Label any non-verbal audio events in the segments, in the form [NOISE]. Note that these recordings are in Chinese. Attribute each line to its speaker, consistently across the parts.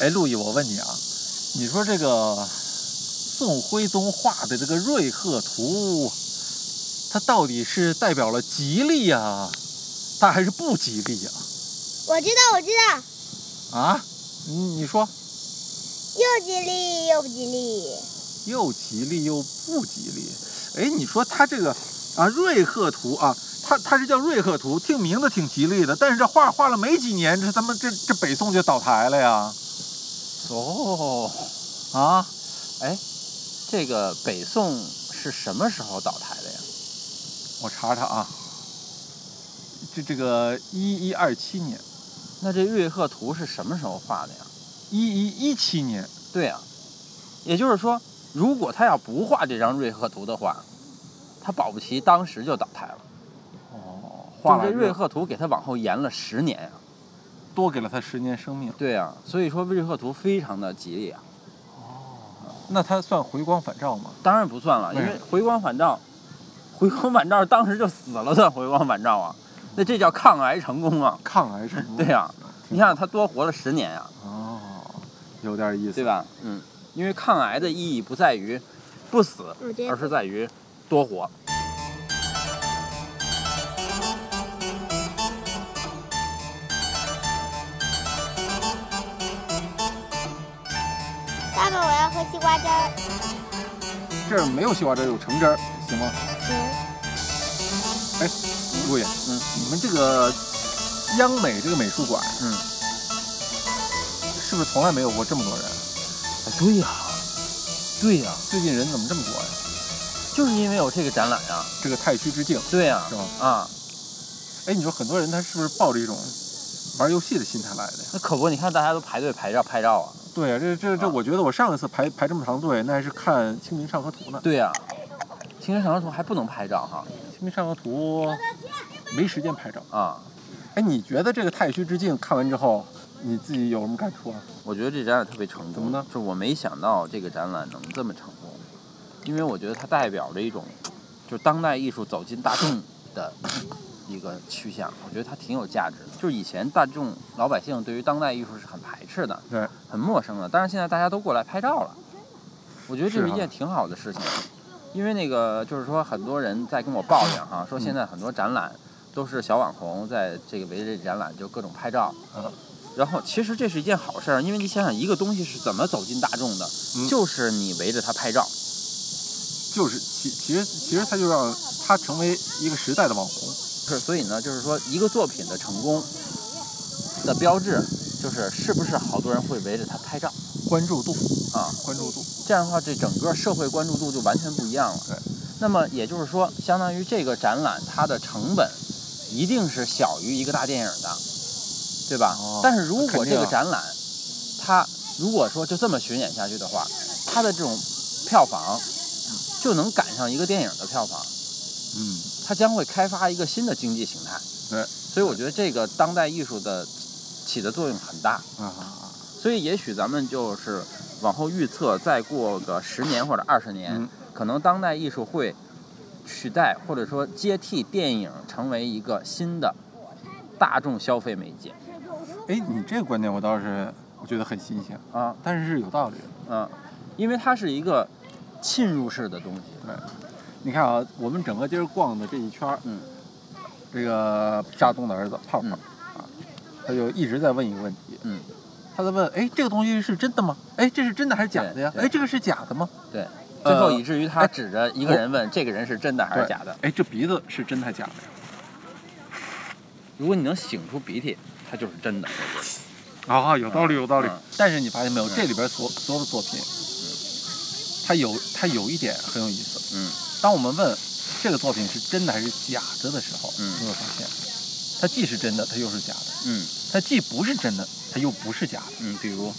Speaker 1: 哎，陆毅，我问你啊，你说这个宋徽宗画的这个瑞鹤图，它到底是代表了吉利呀、它还是不吉利呀、
Speaker 2: 我知道，我知道，
Speaker 1: 啊？你你说
Speaker 2: 又吉利又不吉利。
Speaker 1: 又吉利又不吉利？哎，你说它这个啊，瑞鹤图啊，它它是叫瑞鹤图，听名字挺吉利的，但是这画画了没几年，这他妈这这北宋就倒台了呀？
Speaker 3: 哦，
Speaker 1: 啊？
Speaker 3: 这个北宋是什么时候倒台的呀？
Speaker 1: 我查查啊，这这个一一二七年，
Speaker 3: 那这瑞鹤图是什么时候画的呀？
Speaker 1: 一一一七年，
Speaker 3: 对呀、也就是说，如果他要不画这张瑞鹤图的话，他保不齐当时就倒台了。
Speaker 1: 哦，画
Speaker 3: 就
Speaker 1: 了
Speaker 3: 这瑞
Speaker 1: 瑞
Speaker 3: 鹤图给他往后延了十年呀、
Speaker 1: 多给了他十年生命。
Speaker 3: 对呀、所以说瑞鹤图非常的吉利啊。
Speaker 1: 那他算回光返照吗？
Speaker 3: 当然不算了，因
Speaker 1: 为
Speaker 3: 为回光返照，回光返照当时就死了算回光返照啊，那这叫抗癌成功啊。
Speaker 1: 抗癌成功。
Speaker 3: [LAUGHS] 对呀、你看他多活了十年啊呀、
Speaker 1: 哦，有点意思，
Speaker 3: 对？吧？嗯，因为抗癌的意义不在于不死，
Speaker 2: 我觉
Speaker 3: 而
Speaker 2: 得
Speaker 3: 是在于多活。
Speaker 2: 爸爸，我要喝西瓜汁儿。
Speaker 1: 这儿没有西瓜汁，有橙汁儿，行吗？
Speaker 2: 行，
Speaker 1: 陆爷，
Speaker 3: 嗯，
Speaker 1: 你们这个央美这个美术馆，
Speaker 3: 嗯，
Speaker 1: 是不是从来没有过这么多人？
Speaker 3: 哎，对呀、对呀、
Speaker 1: 最近人怎么这么多呀？
Speaker 3: 就是因为有这个展览啊。
Speaker 1: 这个太虚之境，
Speaker 3: 对呀、
Speaker 1: 是吧？
Speaker 3: 啊，
Speaker 1: 哎，你说很多人他是不是抱着一种玩游戏的心态来的呀？
Speaker 3: 那可不，你看大家都排队拍照拍照啊。
Speaker 1: 对啊，这这这，
Speaker 3: 啊
Speaker 1: 我觉得我上一次排排这么长队，那还是看《清明上河图》呢。
Speaker 3: 对呀、清明上河图还不能拍照哈
Speaker 1: 《清明上河图》没时间拍照。
Speaker 3: 啊！
Speaker 1: 哎，你觉得这个太虚之境看完之后，你自己有什么感触啊？
Speaker 3: 我觉得这展览特别成功，
Speaker 1: 怎么呢？
Speaker 3: 就我没想到这个展览能这么成功，因为我觉得它代表着一种，就是当代艺术走进大众的一个趋向。我觉得它挺有价值的。就是以前大众老百姓对于当代艺术是很排斥的，
Speaker 1: 对，
Speaker 3: 很陌生的，但是现在大家都过来拍照了，我觉得这
Speaker 1: 是啊
Speaker 3: 是一件挺好的事情。因为那个就是说，很多人在跟我抱怨哈、说
Speaker 1: 嗯
Speaker 3: 现在很多展览都是小网红在这个围着这展览就各种拍照
Speaker 1: 嗯。
Speaker 3: 然后其实这是一件好事儿，因为你想想一个东西是怎么走进大众的，
Speaker 1: 嗯
Speaker 3: 就是你围着它拍照。
Speaker 1: 就是其其实其实他就让他成为一个时代的网红。
Speaker 3: 是，所以呢，就是说一个作品的成功的标志，就是是不是好多人会围着它拍照。
Speaker 1: 关注度
Speaker 3: 啊，
Speaker 1: 关注度，
Speaker 3: 这样的话，这整个社会关注度就完全不一样了。
Speaker 1: 对。
Speaker 3: 那么也就是说，相当于这个展览它的成本一定是小于一个大电影的，对吧？
Speaker 1: 哦
Speaker 3: 但是如果这
Speaker 1: 肯定
Speaker 3: 个
Speaker 1: 啊
Speaker 3: 展览，它如果说就这么巡演下去的话，它的这种票房就能赶上一个电影的票房，
Speaker 1: 嗯，
Speaker 3: 它将会开发一个新的经济形态。
Speaker 1: 对。
Speaker 3: 所以我觉得这个当代艺术的起的作用很大。
Speaker 1: 啊，
Speaker 3: 所以也许咱们就是往后预测，再过个十年或者二十年，
Speaker 1: 嗯
Speaker 3: 可能当代艺术会取代或者说接替电影，成为一个新的大众消费媒介
Speaker 1: 哎，你这个观点我倒是我觉得很新鲜，
Speaker 3: 啊，
Speaker 1: 但是是有道理的。
Speaker 3: 嗯，因为它是一个浸入式的东西，
Speaker 1: 你看啊，我们整个今儿逛的这一圈儿，
Speaker 3: 嗯，
Speaker 1: 这个沙东的儿子胖胖、
Speaker 3: 嗯
Speaker 1: 啊，他就一直在问一个问题，
Speaker 3: 嗯，
Speaker 1: 他在问，哎，这个东西是真的吗？哎，这是真的还是假的呀？
Speaker 3: 对对
Speaker 1: 哎，这个是假的吗？
Speaker 3: 对，
Speaker 1: 呃
Speaker 3: 最后以至于他指着一个人问、这个人是真的还是假的，
Speaker 1: 哎，这鼻子是真还是假的呀？
Speaker 3: 如果你能擤出鼻涕，它就是真的，
Speaker 1: 啊，有道理，有道理。
Speaker 3: 嗯
Speaker 1: 但是你发现没有，
Speaker 3: 嗯
Speaker 1: 这里边所所有的作品，它有它有一点很有意思。
Speaker 3: 嗯，
Speaker 1: 当我们问这个作品是真的还是假的的时候，
Speaker 3: 嗯
Speaker 1: 你会发现，它既是真的，它又是假的；
Speaker 3: 嗯
Speaker 1: 它既不是真的，它又不是假的。
Speaker 3: 嗯，比如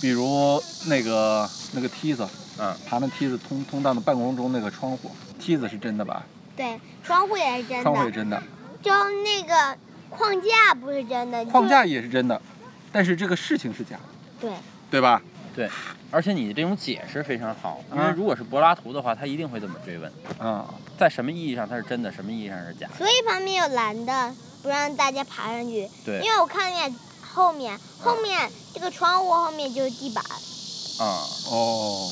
Speaker 1: 比如那个那个梯子，
Speaker 3: 嗯，
Speaker 1: 爬那梯子通通到那办公中那个窗户，梯子是真的吧？
Speaker 2: 对，窗户也是真
Speaker 1: 窗户也
Speaker 2: 的，
Speaker 1: 真的，
Speaker 2: 就那个框架不是真的，
Speaker 1: 框
Speaker 2: 就
Speaker 1: 架也是真的，但是这个事情是假的，
Speaker 2: 对，
Speaker 1: 对吧？
Speaker 3: 对，而且你这种解释非常好，因为
Speaker 1: 啊
Speaker 3: 如果是柏拉图的话，他一定会这么追问，
Speaker 1: 啊、
Speaker 3: 在什么意义上它是真的，什么意义上是假的。
Speaker 2: 所以旁边有蓝的，不让大家爬上去。
Speaker 3: 对
Speaker 2: 因为我看见后面，后面这个窗户后面就是地板，
Speaker 3: 啊，
Speaker 1: 哦，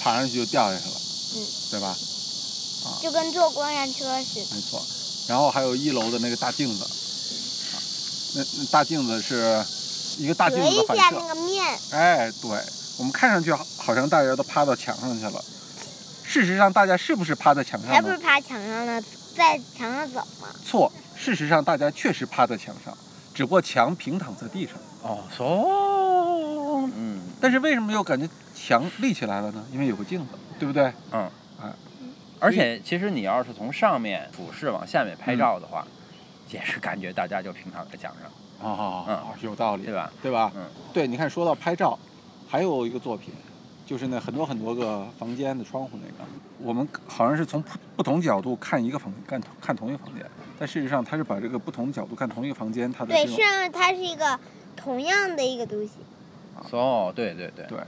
Speaker 1: 爬上去就掉下去了，
Speaker 2: 嗯，
Speaker 1: 对吧？
Speaker 2: 就跟坐过山车似的。
Speaker 1: 没错，然后还有一楼的那个大镜子，啊
Speaker 2: 嗯
Speaker 1: 那那大镜子是一个大镜
Speaker 2: 隔
Speaker 1: 子
Speaker 2: 一
Speaker 1: 的反
Speaker 2: 下
Speaker 1: 射
Speaker 2: 那，个面，
Speaker 1: 哎，对，我们看上去好好像大家都趴到墙上去了，事实上大家是不是趴在墙
Speaker 2: 还
Speaker 1: 上
Speaker 2: 不是
Speaker 1: 呢？
Speaker 2: 爬墙上了，在墙上走嘛。
Speaker 1: 错，事实上大家确实趴在墙上，只不过墙平躺在地上。
Speaker 3: 哦，so，嗯
Speaker 1: 但是为什么又感觉墙立起来了呢？因为有个镜子，对不对？
Speaker 3: 嗯
Speaker 1: 哎，
Speaker 3: 而且其实你要是从上面俯视往下面拍照的话，也是感觉大家就平躺在墙上，
Speaker 1: 哦，有道理，
Speaker 3: 对吧？
Speaker 1: 对吧？
Speaker 3: 嗯，
Speaker 1: 对，你看，说到拍照，还有一个作品，就是那很多很多个房间的窗户那个，我们好像是从不不同角度看一个房看看同一个房间，但事实上它是把这个不同角度看同一个房间，它的
Speaker 2: 对，
Speaker 1: 这种
Speaker 2: 实际上它是一个同样的一个东西。
Speaker 3: so，对哦对对，
Speaker 1: 对。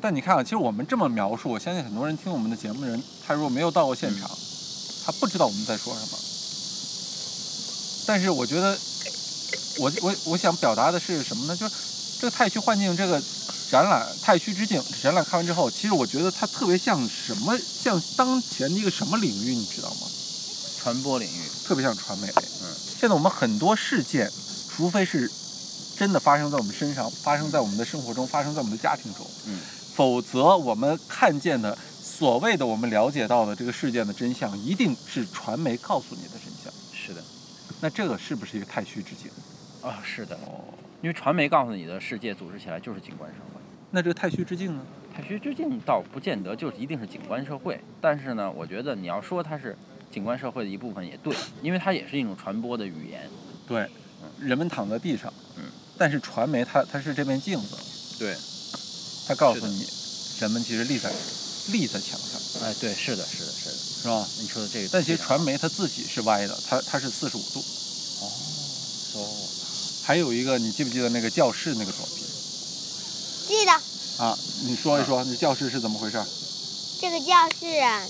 Speaker 1: 但你看啊，其实我们这么描述，我相信很多人听我们的节目的人，他如果没有到过
Speaker 3: 嗯
Speaker 1: 现场，他不知道我们在说什么。但是我觉得，我我我想表达的是什么呢？就是这个太虚幻境这个展览《太虚之境》展览看完之后，其实我觉得它特别像什么，像当前的一个什么领域，你知道吗？
Speaker 3: 传播领域，
Speaker 1: 特别像传媒类。
Speaker 3: 嗯，
Speaker 1: 现在我们很多事件，除非是真的发生在我们身上，发生在我们的生活中，发生在我们的家庭中，
Speaker 3: 嗯，
Speaker 1: 否则我们看见的所谓的我们了解到的这个事件的真相，一定是传媒告诉你的真相。
Speaker 3: 是的，
Speaker 1: 那这个是不是一个太虚之境？
Speaker 3: 啊、是的，
Speaker 1: 哦，
Speaker 3: 因为传媒告诉你的世界组织起来就是景观社会。
Speaker 1: 那这个太虚之境呢？
Speaker 3: 太虚之境倒不见得就是一定是景观社会，但是呢，我觉得你要说它是景观社会的一部分也对，因为它也是一种传播的语言。
Speaker 1: 对，人们躺在地上，
Speaker 3: 嗯，
Speaker 1: 但是传媒它它是这面镜子，
Speaker 3: 对，
Speaker 1: 它告
Speaker 3: 是
Speaker 1: 诉
Speaker 3: 的
Speaker 1: 你，人们其实立在立在墙上，
Speaker 3: 哎，对，是的，是的，是的，
Speaker 1: 是吧？
Speaker 3: 你说的这个非常好，
Speaker 1: 但其实传媒它自己是歪的，它它是四十五度。
Speaker 3: 哦，so，
Speaker 1: 还有一个，你记不记得那个教室那个作品
Speaker 2: 记得
Speaker 1: 啊？你说一说，那教室是怎么回事儿
Speaker 2: 这个教室啊，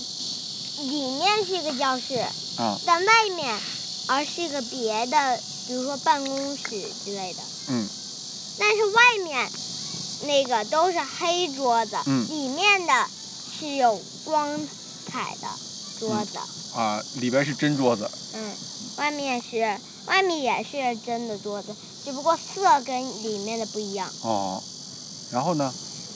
Speaker 2: 里面是一个教室，
Speaker 1: 啊？
Speaker 2: 但外面而是一个别的，比如说办公室之类的。
Speaker 1: 嗯，
Speaker 2: 但是外面那个都是黑桌子，
Speaker 1: 嗯
Speaker 2: 里面的是有光彩的桌子，
Speaker 1: 啊，里边是真桌子，
Speaker 2: 嗯外面是外面也是真的桌子，只不过色跟里面的不一样，
Speaker 1: 哦，然后呢？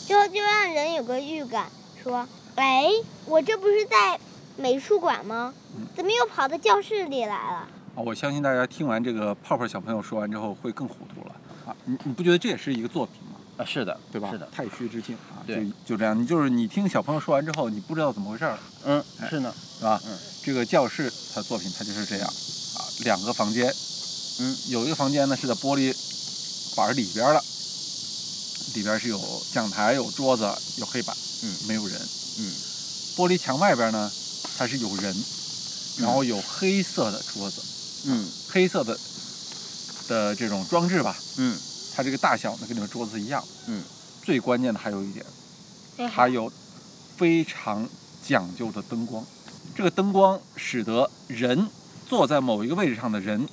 Speaker 2: 就就让人有个预感，说，哎，我这不是在美术馆吗
Speaker 1: 嗯？
Speaker 2: 怎么又跑到教室里来了？
Speaker 1: 啊，我相信大家听完这个泡泡小朋友说完之后会更糊涂了啊！你你不觉得这也是一个作品吗？
Speaker 3: 啊，是的，
Speaker 1: 对吧？
Speaker 3: 是的，
Speaker 1: 太虚之境啊，就
Speaker 3: 对
Speaker 1: 就这样，你就是你听小朋友说完之后，你不知道怎么回事儿了，
Speaker 3: 嗯
Speaker 1: 哎，
Speaker 3: 是呢，
Speaker 1: 是吧？
Speaker 3: 嗯
Speaker 1: 这个教室它作品它就是这样啊，两个房间，
Speaker 3: 嗯，
Speaker 1: 有一个房间呢是在玻璃板儿里边儿了，里边儿是有讲台、有桌子、有黑板，
Speaker 3: 嗯
Speaker 1: 没有人。
Speaker 3: 嗯，
Speaker 1: 玻璃墙外边儿呢，它是有人，然后有黑色的桌子，
Speaker 3: 嗯
Speaker 1: 黑色的的这种装置吧，
Speaker 3: 嗯
Speaker 1: 它这个大小呢跟那个桌子一样。
Speaker 3: 嗯，
Speaker 1: 最关键的还有一点，
Speaker 2: 嗯
Speaker 1: 它有非常讲究的灯光，这个灯光使得人坐在某一个位置上的人，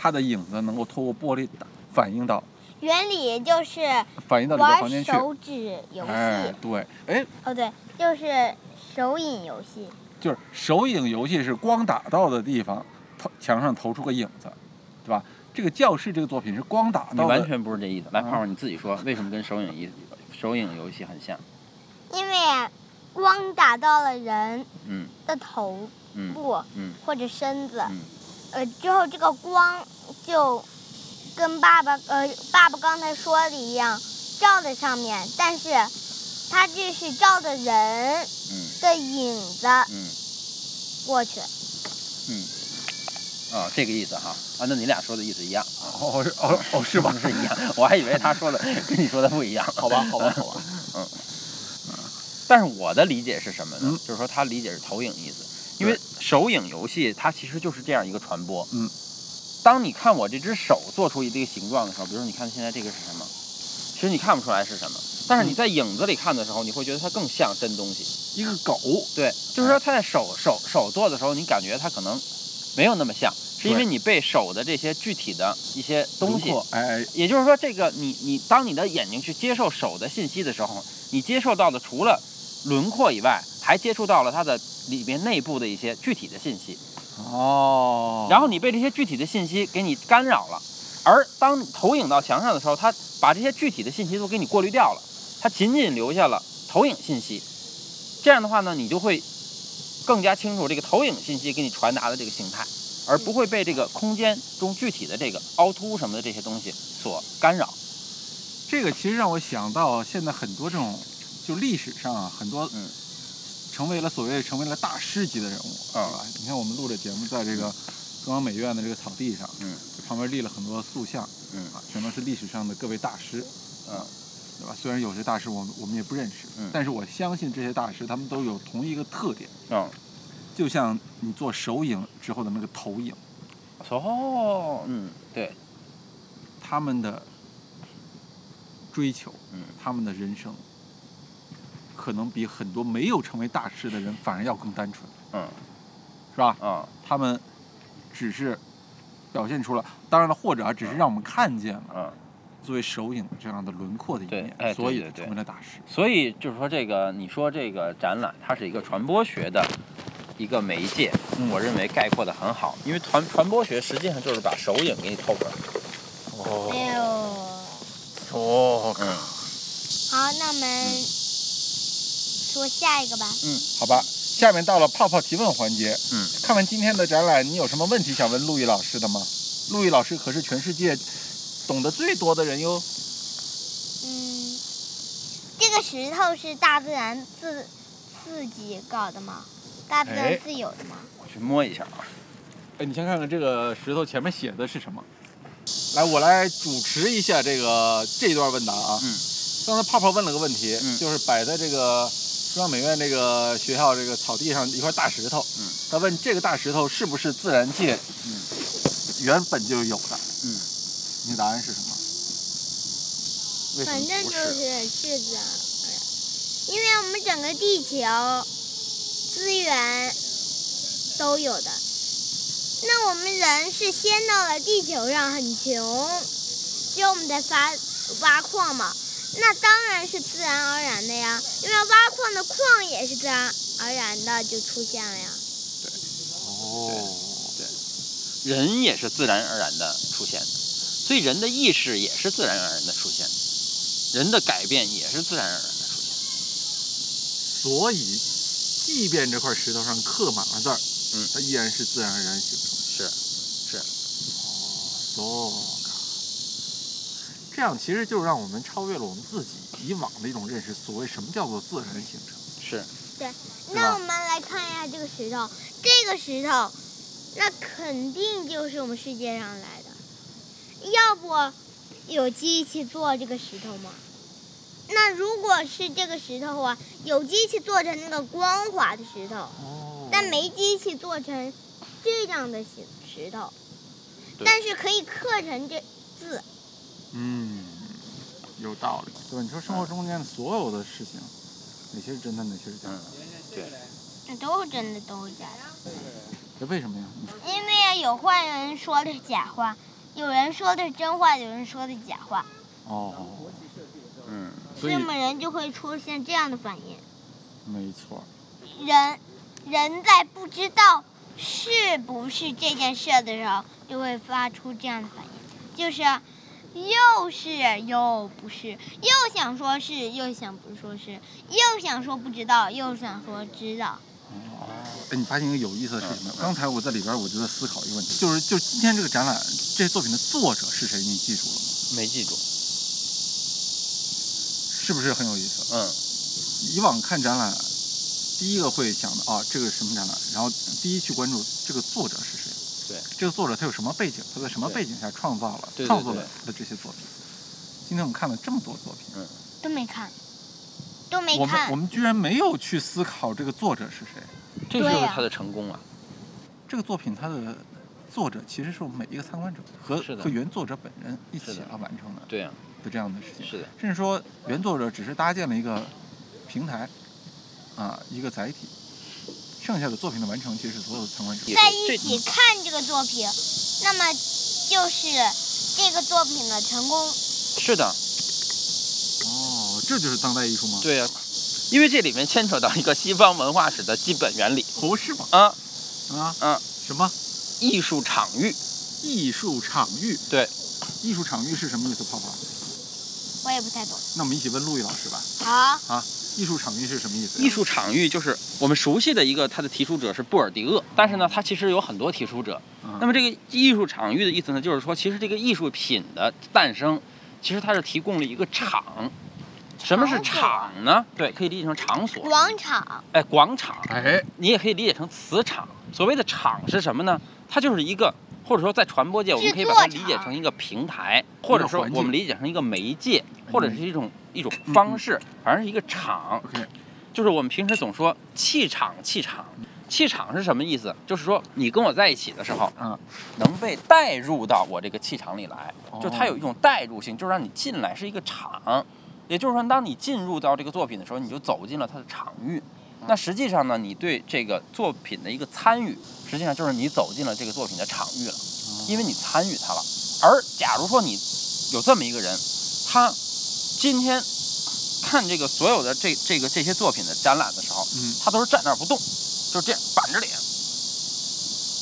Speaker 1: 他的影子能够透过玻璃打反映到
Speaker 2: 原理就是
Speaker 1: 反映到里边房
Speaker 2: 玩
Speaker 1: 间去。
Speaker 2: 手指游戏，
Speaker 1: 哎，对，哎，
Speaker 2: 哦对，就是手影游戏。
Speaker 1: 就是手影游戏是光打到的地方，投墙上投出个影子，对吧？这个教室这个作品是光打
Speaker 3: 你
Speaker 1: 到
Speaker 3: 完
Speaker 1: 的，
Speaker 3: 全不是这意思。来，
Speaker 1: 啊
Speaker 3: 泡泡，你自己说，为什么跟手影一手影游戏很像？
Speaker 2: 因为啊光打到了人
Speaker 3: 嗯
Speaker 2: 的头
Speaker 3: 嗯
Speaker 2: 部
Speaker 3: 嗯
Speaker 2: 或者身子，
Speaker 3: 嗯
Speaker 2: 呃，之后这个光就跟爸爸呃爸爸刚才说的一样，照在上面，但是它这是照着人
Speaker 3: 嗯
Speaker 2: 的影子
Speaker 3: 嗯
Speaker 2: 过去，
Speaker 3: 啊，这个意思哈啊，那你俩说的意思一样。
Speaker 1: 哦是哦哦是吧？
Speaker 3: 是一样， [LAUGHS] 我还以为他说的跟你说的不一样。
Speaker 1: [LAUGHS] 好吧，好吧，好吧，
Speaker 3: 但是我的理解是什么呢？
Speaker 1: 嗯
Speaker 3: 就是说他理解是投影意思，因
Speaker 1: 对
Speaker 3: 为手影游戏它其实就是这样一个传播。
Speaker 1: 嗯，
Speaker 3: 当你看我这只手做出一个形状的时候，比如说你看现在这个是什么，其实你看不出来是什么，但
Speaker 1: 嗯
Speaker 3: 是你在影子里看的时候，你会觉得它更像真东西。
Speaker 1: 一个狗，
Speaker 3: 对，就是说他在手手手做的时候，你感觉它可能没有那么像，是因为你被手的这些具体的一些东西
Speaker 1: 轮廓哎哎
Speaker 3: 也就是说，这个你你当你的眼睛去接受手的信息的时候，你接受到的除了轮廓以外，还接触到了它的里边内部的一些具体的信息，
Speaker 1: 哦，
Speaker 3: 然后你被这些具体的信息给你干扰了，而当投影到墙上的时候，它把这些具体的信息都给你过滤掉了，它仅仅留下了投影信息。这样的话呢，你就会更加清楚这个投影信息给你传达的这个形态，而不会被这个空间中具体的这个凹凸什么的这些东西所干扰。
Speaker 1: 这个其实让我想到现在很多这种，就历史上啊很多
Speaker 3: 嗯
Speaker 1: 成为了所谓成为了大师级的人物，是
Speaker 3: 嗯
Speaker 1: 吧？你看我们录这节目，在这个中央美院的这个草地上，
Speaker 3: 嗯
Speaker 1: 旁边立了很多塑像啊，
Speaker 3: 嗯
Speaker 1: 全都是历史上的各位大师，
Speaker 3: 嗯
Speaker 1: 对吧？虽然有些大师我们我们也不认识，
Speaker 3: 嗯
Speaker 1: 但是我相信这些大师他们都有同一个特点，
Speaker 3: 嗯，
Speaker 1: 就像你做手影之后的那个投影，
Speaker 3: 哦，嗯，对，
Speaker 1: 他们的追求，
Speaker 3: 嗯
Speaker 1: 他们的人生，可能比很多没有成为大师的人反而要更单纯，
Speaker 3: 嗯
Speaker 1: 是吧？
Speaker 3: 嗯
Speaker 1: 他们只是表现出了，当然了，或者啊，只是让我们看见了
Speaker 3: 嗯。
Speaker 1: 作为手影这样的轮廓的一
Speaker 3: 对
Speaker 1: 面，
Speaker 3: 哎对
Speaker 1: 所以
Speaker 3: 对对
Speaker 1: 成为了大师。
Speaker 3: 所以就是说，这个你说这个展览，它是一个传播学的一个媒介，
Speaker 1: 嗯
Speaker 3: 我认为概括的很好，因为传传播学实际上就是把手影给你透出来。
Speaker 2: 没有。
Speaker 1: 哦，
Speaker 3: 嗯，
Speaker 2: 好，那我们说下一个吧。
Speaker 1: 好吧，下面到了泡泡提问环节。
Speaker 3: 嗯，
Speaker 1: 看完今天的展览，你有什么问题想问陆毅老师的吗？陆毅老师可是全世界懂得最多的人哟。
Speaker 2: 嗯，这个石头是大自然自自己搞的吗？大自
Speaker 1: 哎
Speaker 2: 然自有的吗？
Speaker 3: 我去摸一下啊。
Speaker 1: 哎，你先看看这个石头前面写的是什么。来，我来主持一下这个这一段问答啊。
Speaker 3: 嗯。
Speaker 1: 刚才泡泡问了个问题，
Speaker 3: 嗯
Speaker 1: 就是摆在这个中央美院这个学校这个草地上一块大石头。
Speaker 3: 嗯。
Speaker 1: 他问这个大石头是不是自然界
Speaker 3: 嗯
Speaker 1: 原本就有的？
Speaker 3: 嗯，
Speaker 1: 你的答案是什么？为什
Speaker 2: 反
Speaker 1: 么
Speaker 2: 正
Speaker 1: 不？
Speaker 2: 就是是自然，因为我们整个地球资源都有的。那我们人是先到了地球上，很穷，所以我们在发挖矿嘛。那当然是自然而然的呀，因为挖矿的矿也是自然而然的就出现了呀。
Speaker 1: 哦，
Speaker 3: 人也是自然而然的出现的，所以人的意识也是自然而然的出现的，人的改变也是自然而然的出现的。
Speaker 1: 所以即便这块石头上刻满了字儿，
Speaker 3: 嗯
Speaker 1: 它依然是自然而然形成的。
Speaker 3: 是，
Speaker 1: 哦，这样其实就让我们超越了我们自己以往的一种认识，所谓什么叫做自然形成。
Speaker 3: 是，
Speaker 2: 那我们来看一下这个石头，这个石头，那肯定就是我们世界上来的，要不有机器做这个石头吗？那如果是这个石头啊，有机器做成那个光滑的石头，
Speaker 1: 哦
Speaker 2: 但没机器做成这样的石石头，
Speaker 3: 对
Speaker 2: 但是可以刻成这字，
Speaker 1: 嗯，有道理，对吧？你说生活中间所有的事情，哪些是真的，哪些是假的
Speaker 3: 嗯？，对，
Speaker 2: 都是真的，都是假的。
Speaker 1: 这为什么呀？你
Speaker 2: 因为啊有坏人说的是假话，有人说的是真话，有人说的是假话，
Speaker 1: 哦，
Speaker 3: 嗯，
Speaker 1: 所以
Speaker 2: 那么人就会出现这样的反应。
Speaker 1: 没错，
Speaker 2: 人，人在不知道是不是这件事的时候，就会发出这样的反应，就是又是又不是，又想说是又想不说是，又想说不知道，又想说知道。
Speaker 1: 哎，你发现一个有意思的事
Speaker 3: 嗯
Speaker 1: 情没有？刚才我在里边，我就在思考一个问题，就是就是今天这个展览，这些作品的作者是谁？你记住了吗？
Speaker 3: 没记住。
Speaker 1: 是不是很有意思？
Speaker 3: 嗯
Speaker 1: 以往看展览，第一个会想的啊，这个是什么展览？然后第一去关注这个作者是谁。
Speaker 3: 对，
Speaker 1: 这个作者他有什么背景？他在什么
Speaker 3: 对
Speaker 1: 背景下创造了、
Speaker 3: 对对
Speaker 1: 创作了
Speaker 3: 对
Speaker 1: 的这些作品？今天我们看了这么多作品，
Speaker 2: 都没看，都没
Speaker 1: 我们
Speaker 2: 看
Speaker 1: 我。们居然没有去思考这个作者是谁。，
Speaker 3: 这就
Speaker 2: 对
Speaker 3: 是
Speaker 2: 呀
Speaker 3: 他的成功啊。
Speaker 1: 这个作品它的作者其实是我们每一个参观者和
Speaker 3: 是的
Speaker 1: 和原作者本人一
Speaker 3: 是
Speaker 1: 起
Speaker 3: 的
Speaker 1: 来完成的
Speaker 3: 对呀、
Speaker 1: 的这样的事情。
Speaker 3: 是的，
Speaker 1: 甚至说原作者只是搭建了一个平台，啊，一个载体，剩下的作品的完成，其实所有的参观者
Speaker 3: 也
Speaker 2: 在
Speaker 3: 这
Speaker 2: 一起看这个作品，那么就是这个作品的成功。
Speaker 3: 是的，
Speaker 1: 哦，这就是当代艺术吗？
Speaker 3: 对呀、因为这里面牵扯到一个西方文化史的基本原理
Speaker 1: 不是吧？
Speaker 3: 啊，
Speaker 1: 啊
Speaker 3: 啊，
Speaker 1: 什么
Speaker 3: 艺术场域。
Speaker 1: 艺术场域？
Speaker 3: 对，
Speaker 1: 艺术场域是什么意思，泡泡？
Speaker 2: 我也不太懂。
Speaker 1: 那我们一起问陆毅老师吧。
Speaker 2: 好，
Speaker 1: 艺术场域是什么意思？
Speaker 3: 艺术场域就是我们熟悉的一个，它的提出者是布尔迪厄，但是呢，它其实有很多提出者。
Speaker 1: 嗯，
Speaker 3: 那么这个艺术场域的意思呢，就是说，其实这个艺术品的诞生，其实它是提供了一个场。什么是
Speaker 2: 场
Speaker 3: 场呢？对，可以理解成场所，
Speaker 2: 广场
Speaker 3: 哎，广场，
Speaker 1: 哎，
Speaker 3: 你也可以理解成磁场。所谓的场是什么呢？它就是一个，或者说在传播界，我们可以把它
Speaker 2: 制
Speaker 3: 理
Speaker 2: 作场
Speaker 3: 解成一个平台，或者说
Speaker 1: 环境嗯
Speaker 3: 我们理解成一个媒介，或者是一种一种方式，反正是一个场。
Speaker 1: OK
Speaker 3: 就是我们平时总说气场，气场，气场是什么意思？就是说你跟我在一起的时候，
Speaker 1: 嗯，
Speaker 3: 能被带入到我这个气场里来，
Speaker 1: 哦
Speaker 3: 就它有一种带入性，就让你进来是一个场。也就是说，当你进入到这个作品的时候，你就走进了它的场域。
Speaker 1: 嗯
Speaker 3: 那实际上呢，你对这个作品的一个参与，实际上就是你走进了这个作品的场域
Speaker 1: 嗯
Speaker 3: 了，
Speaker 1: 哦
Speaker 3: 因为你参与它了。而假如说你有这么一个人，他今天看这个所有的这这个这些作品的展览的时候，
Speaker 1: 嗯
Speaker 3: 他都是站那儿不动，就这样板着脸，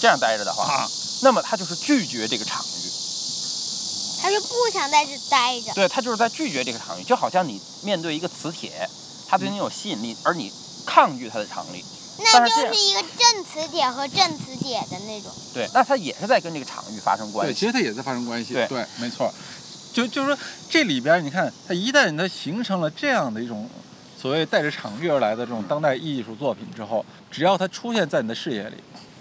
Speaker 3: 这样待着的话，
Speaker 1: 啊，
Speaker 3: 那么他就是拒绝这个场域，
Speaker 2: 他就不想在这待着。
Speaker 3: 对他就是在拒绝这个场域，就好像你面对一个磁铁，它对你有吸引力，而你抗拒它的场力，
Speaker 2: 那
Speaker 3: 但是这
Speaker 2: 就
Speaker 3: 样
Speaker 2: 是一个正磁铁和正磁铁的那种。
Speaker 3: 对，那它也是在跟这个场域发生关
Speaker 1: 对，
Speaker 3: 系，
Speaker 1: 其实它也在发生关系。
Speaker 3: 对
Speaker 1: 没错。就就是说，这里边你看，它一旦它形成了这样的一种所谓带着场域而来的这种当代艺术作品之后，只要它出现在你的视野里，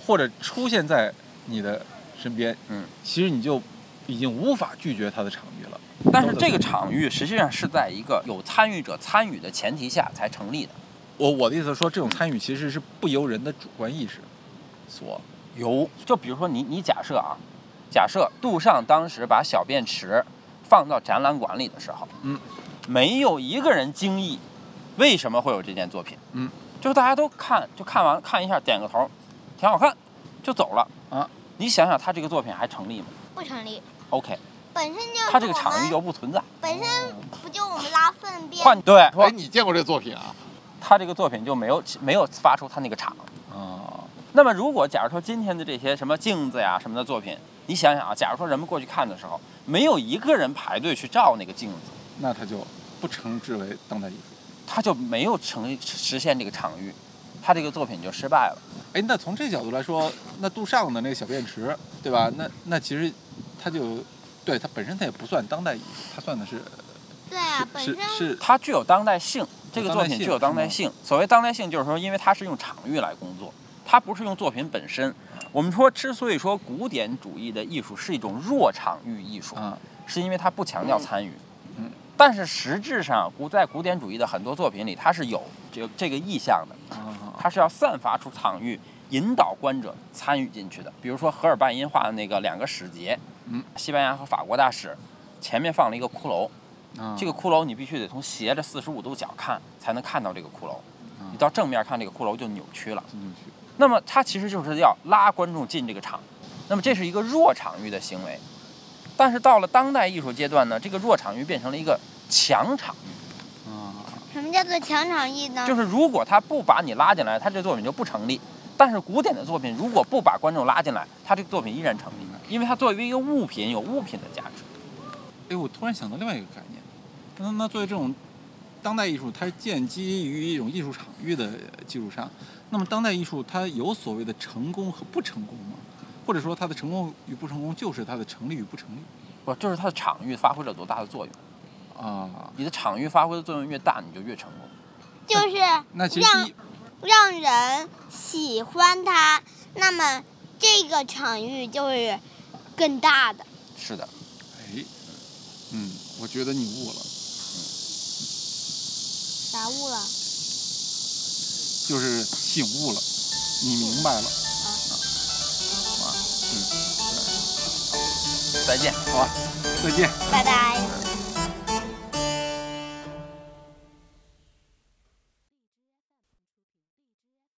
Speaker 1: 或者出现在你的身边，
Speaker 3: 嗯，
Speaker 1: 其实你就已经无法拒绝它的场域了。
Speaker 3: 但是这个场域实际上是在一个有参与者参与的前提下才成立的，
Speaker 1: 我我的意思是说，这种参与其实是不由人的主观意识所
Speaker 3: 有，就比如说你你假设啊，假设杜尚当时把小便池放到展览馆里的时候，
Speaker 1: 嗯，
Speaker 3: 没有一个人惊异，为什么会有这件作品？
Speaker 1: 嗯，
Speaker 3: 就是大家都看，就看完看一下，点个头，挺好看，就走了
Speaker 1: 啊。
Speaker 3: 你想想，他这个作品还成立吗
Speaker 2: 不成立，
Speaker 3: ？OK，
Speaker 2: 本身就是
Speaker 3: 他这个
Speaker 2: 我
Speaker 3: 场域
Speaker 2: 们
Speaker 3: 就不存在。
Speaker 2: 本身不就我们拉粪便？
Speaker 3: 换对，
Speaker 4: 哎，你见过这作品啊？
Speaker 3: 他这个作品就没有没有发出他那个场。
Speaker 1: 啊，
Speaker 3: 那么，如果假如说今天的这些什么镜子呀什么的作品，你想想啊，假如说人们过去看的时候，没有一个人排队去照那个镜子，
Speaker 1: 那它就不称之为当代艺术。
Speaker 3: 他就没有成实现这个场域，他这个作品就失败了。
Speaker 1: 哎，那从这角度来说，那杜尚的那个小便池，对吧？那那其实它就对它本身它也不算当代艺术，它算的是
Speaker 2: 对啊，本
Speaker 1: 是
Speaker 2: 身
Speaker 1: 是
Speaker 3: 它具有当代性，这个
Speaker 1: 当
Speaker 3: 作
Speaker 1: 代
Speaker 3: 品具
Speaker 1: 性
Speaker 3: 有当
Speaker 1: 是
Speaker 3: 代
Speaker 1: 吗
Speaker 3: 性。所谓当代性，就是说，因为它是用场域来工作，它不是用作品本身。我们说，之所以说古典主义的艺术是一种弱场域艺术，
Speaker 1: 啊，
Speaker 3: 是因为它不强调参与。
Speaker 1: 嗯，
Speaker 3: 但是实质上，古在古典主义的很多作品里，它是有这个这个意向的，
Speaker 1: 啊
Speaker 3: 它是要散发出场域，引导观者参与进去的。比如说荷尔半因画的那个两个使节，
Speaker 1: 嗯，
Speaker 3: 西班牙和法国大使前面放了一个骷髅，
Speaker 1: 啊
Speaker 3: 这个骷髅你必须得从斜着四十五度角看才能看到这个骷髅
Speaker 1: 嗯，
Speaker 3: 你到正面看这个骷髅就扭曲了。
Speaker 1: 进去
Speaker 3: 那么它其实就是要拉观众进这个场，那么这是一个弱场域的行为。但是到了当代艺术阶段呢，这个弱场域变成了一个强场域，
Speaker 1: 啊，
Speaker 2: 什么叫做强场域呢？
Speaker 3: 就是如果他不把你拉进来，他这作品就不成立。但是古典的作品如果不把观众拉进来，他这个作品依
Speaker 1: 啊
Speaker 3: 然成立，因为它作为一个物品有物品的价值。
Speaker 1: 哎，我突然想到另外一个概念，那那作为这种当代艺术，它是建基于一种艺术场域的基础上，那么当代艺术它有所谓的成功和不成功吗？或者说它的成功与不成功，就是它的成立与不成立
Speaker 3: 不，就是它的场域发挥了多大的作用。
Speaker 1: 啊？
Speaker 3: 你的场域发挥的作用越大，你就越成功。
Speaker 2: 就是
Speaker 1: 那其实第
Speaker 2: 让
Speaker 1: 一
Speaker 2: 让人喜欢它，那么这个场域就是更大的。
Speaker 3: 是的，
Speaker 1: 哎，嗯，我觉得你悟了，
Speaker 2: 啥悟了？
Speaker 1: 就是醒悟了，你明白了。
Speaker 3: 再见。
Speaker 1: 再见。
Speaker 2: 拜拜。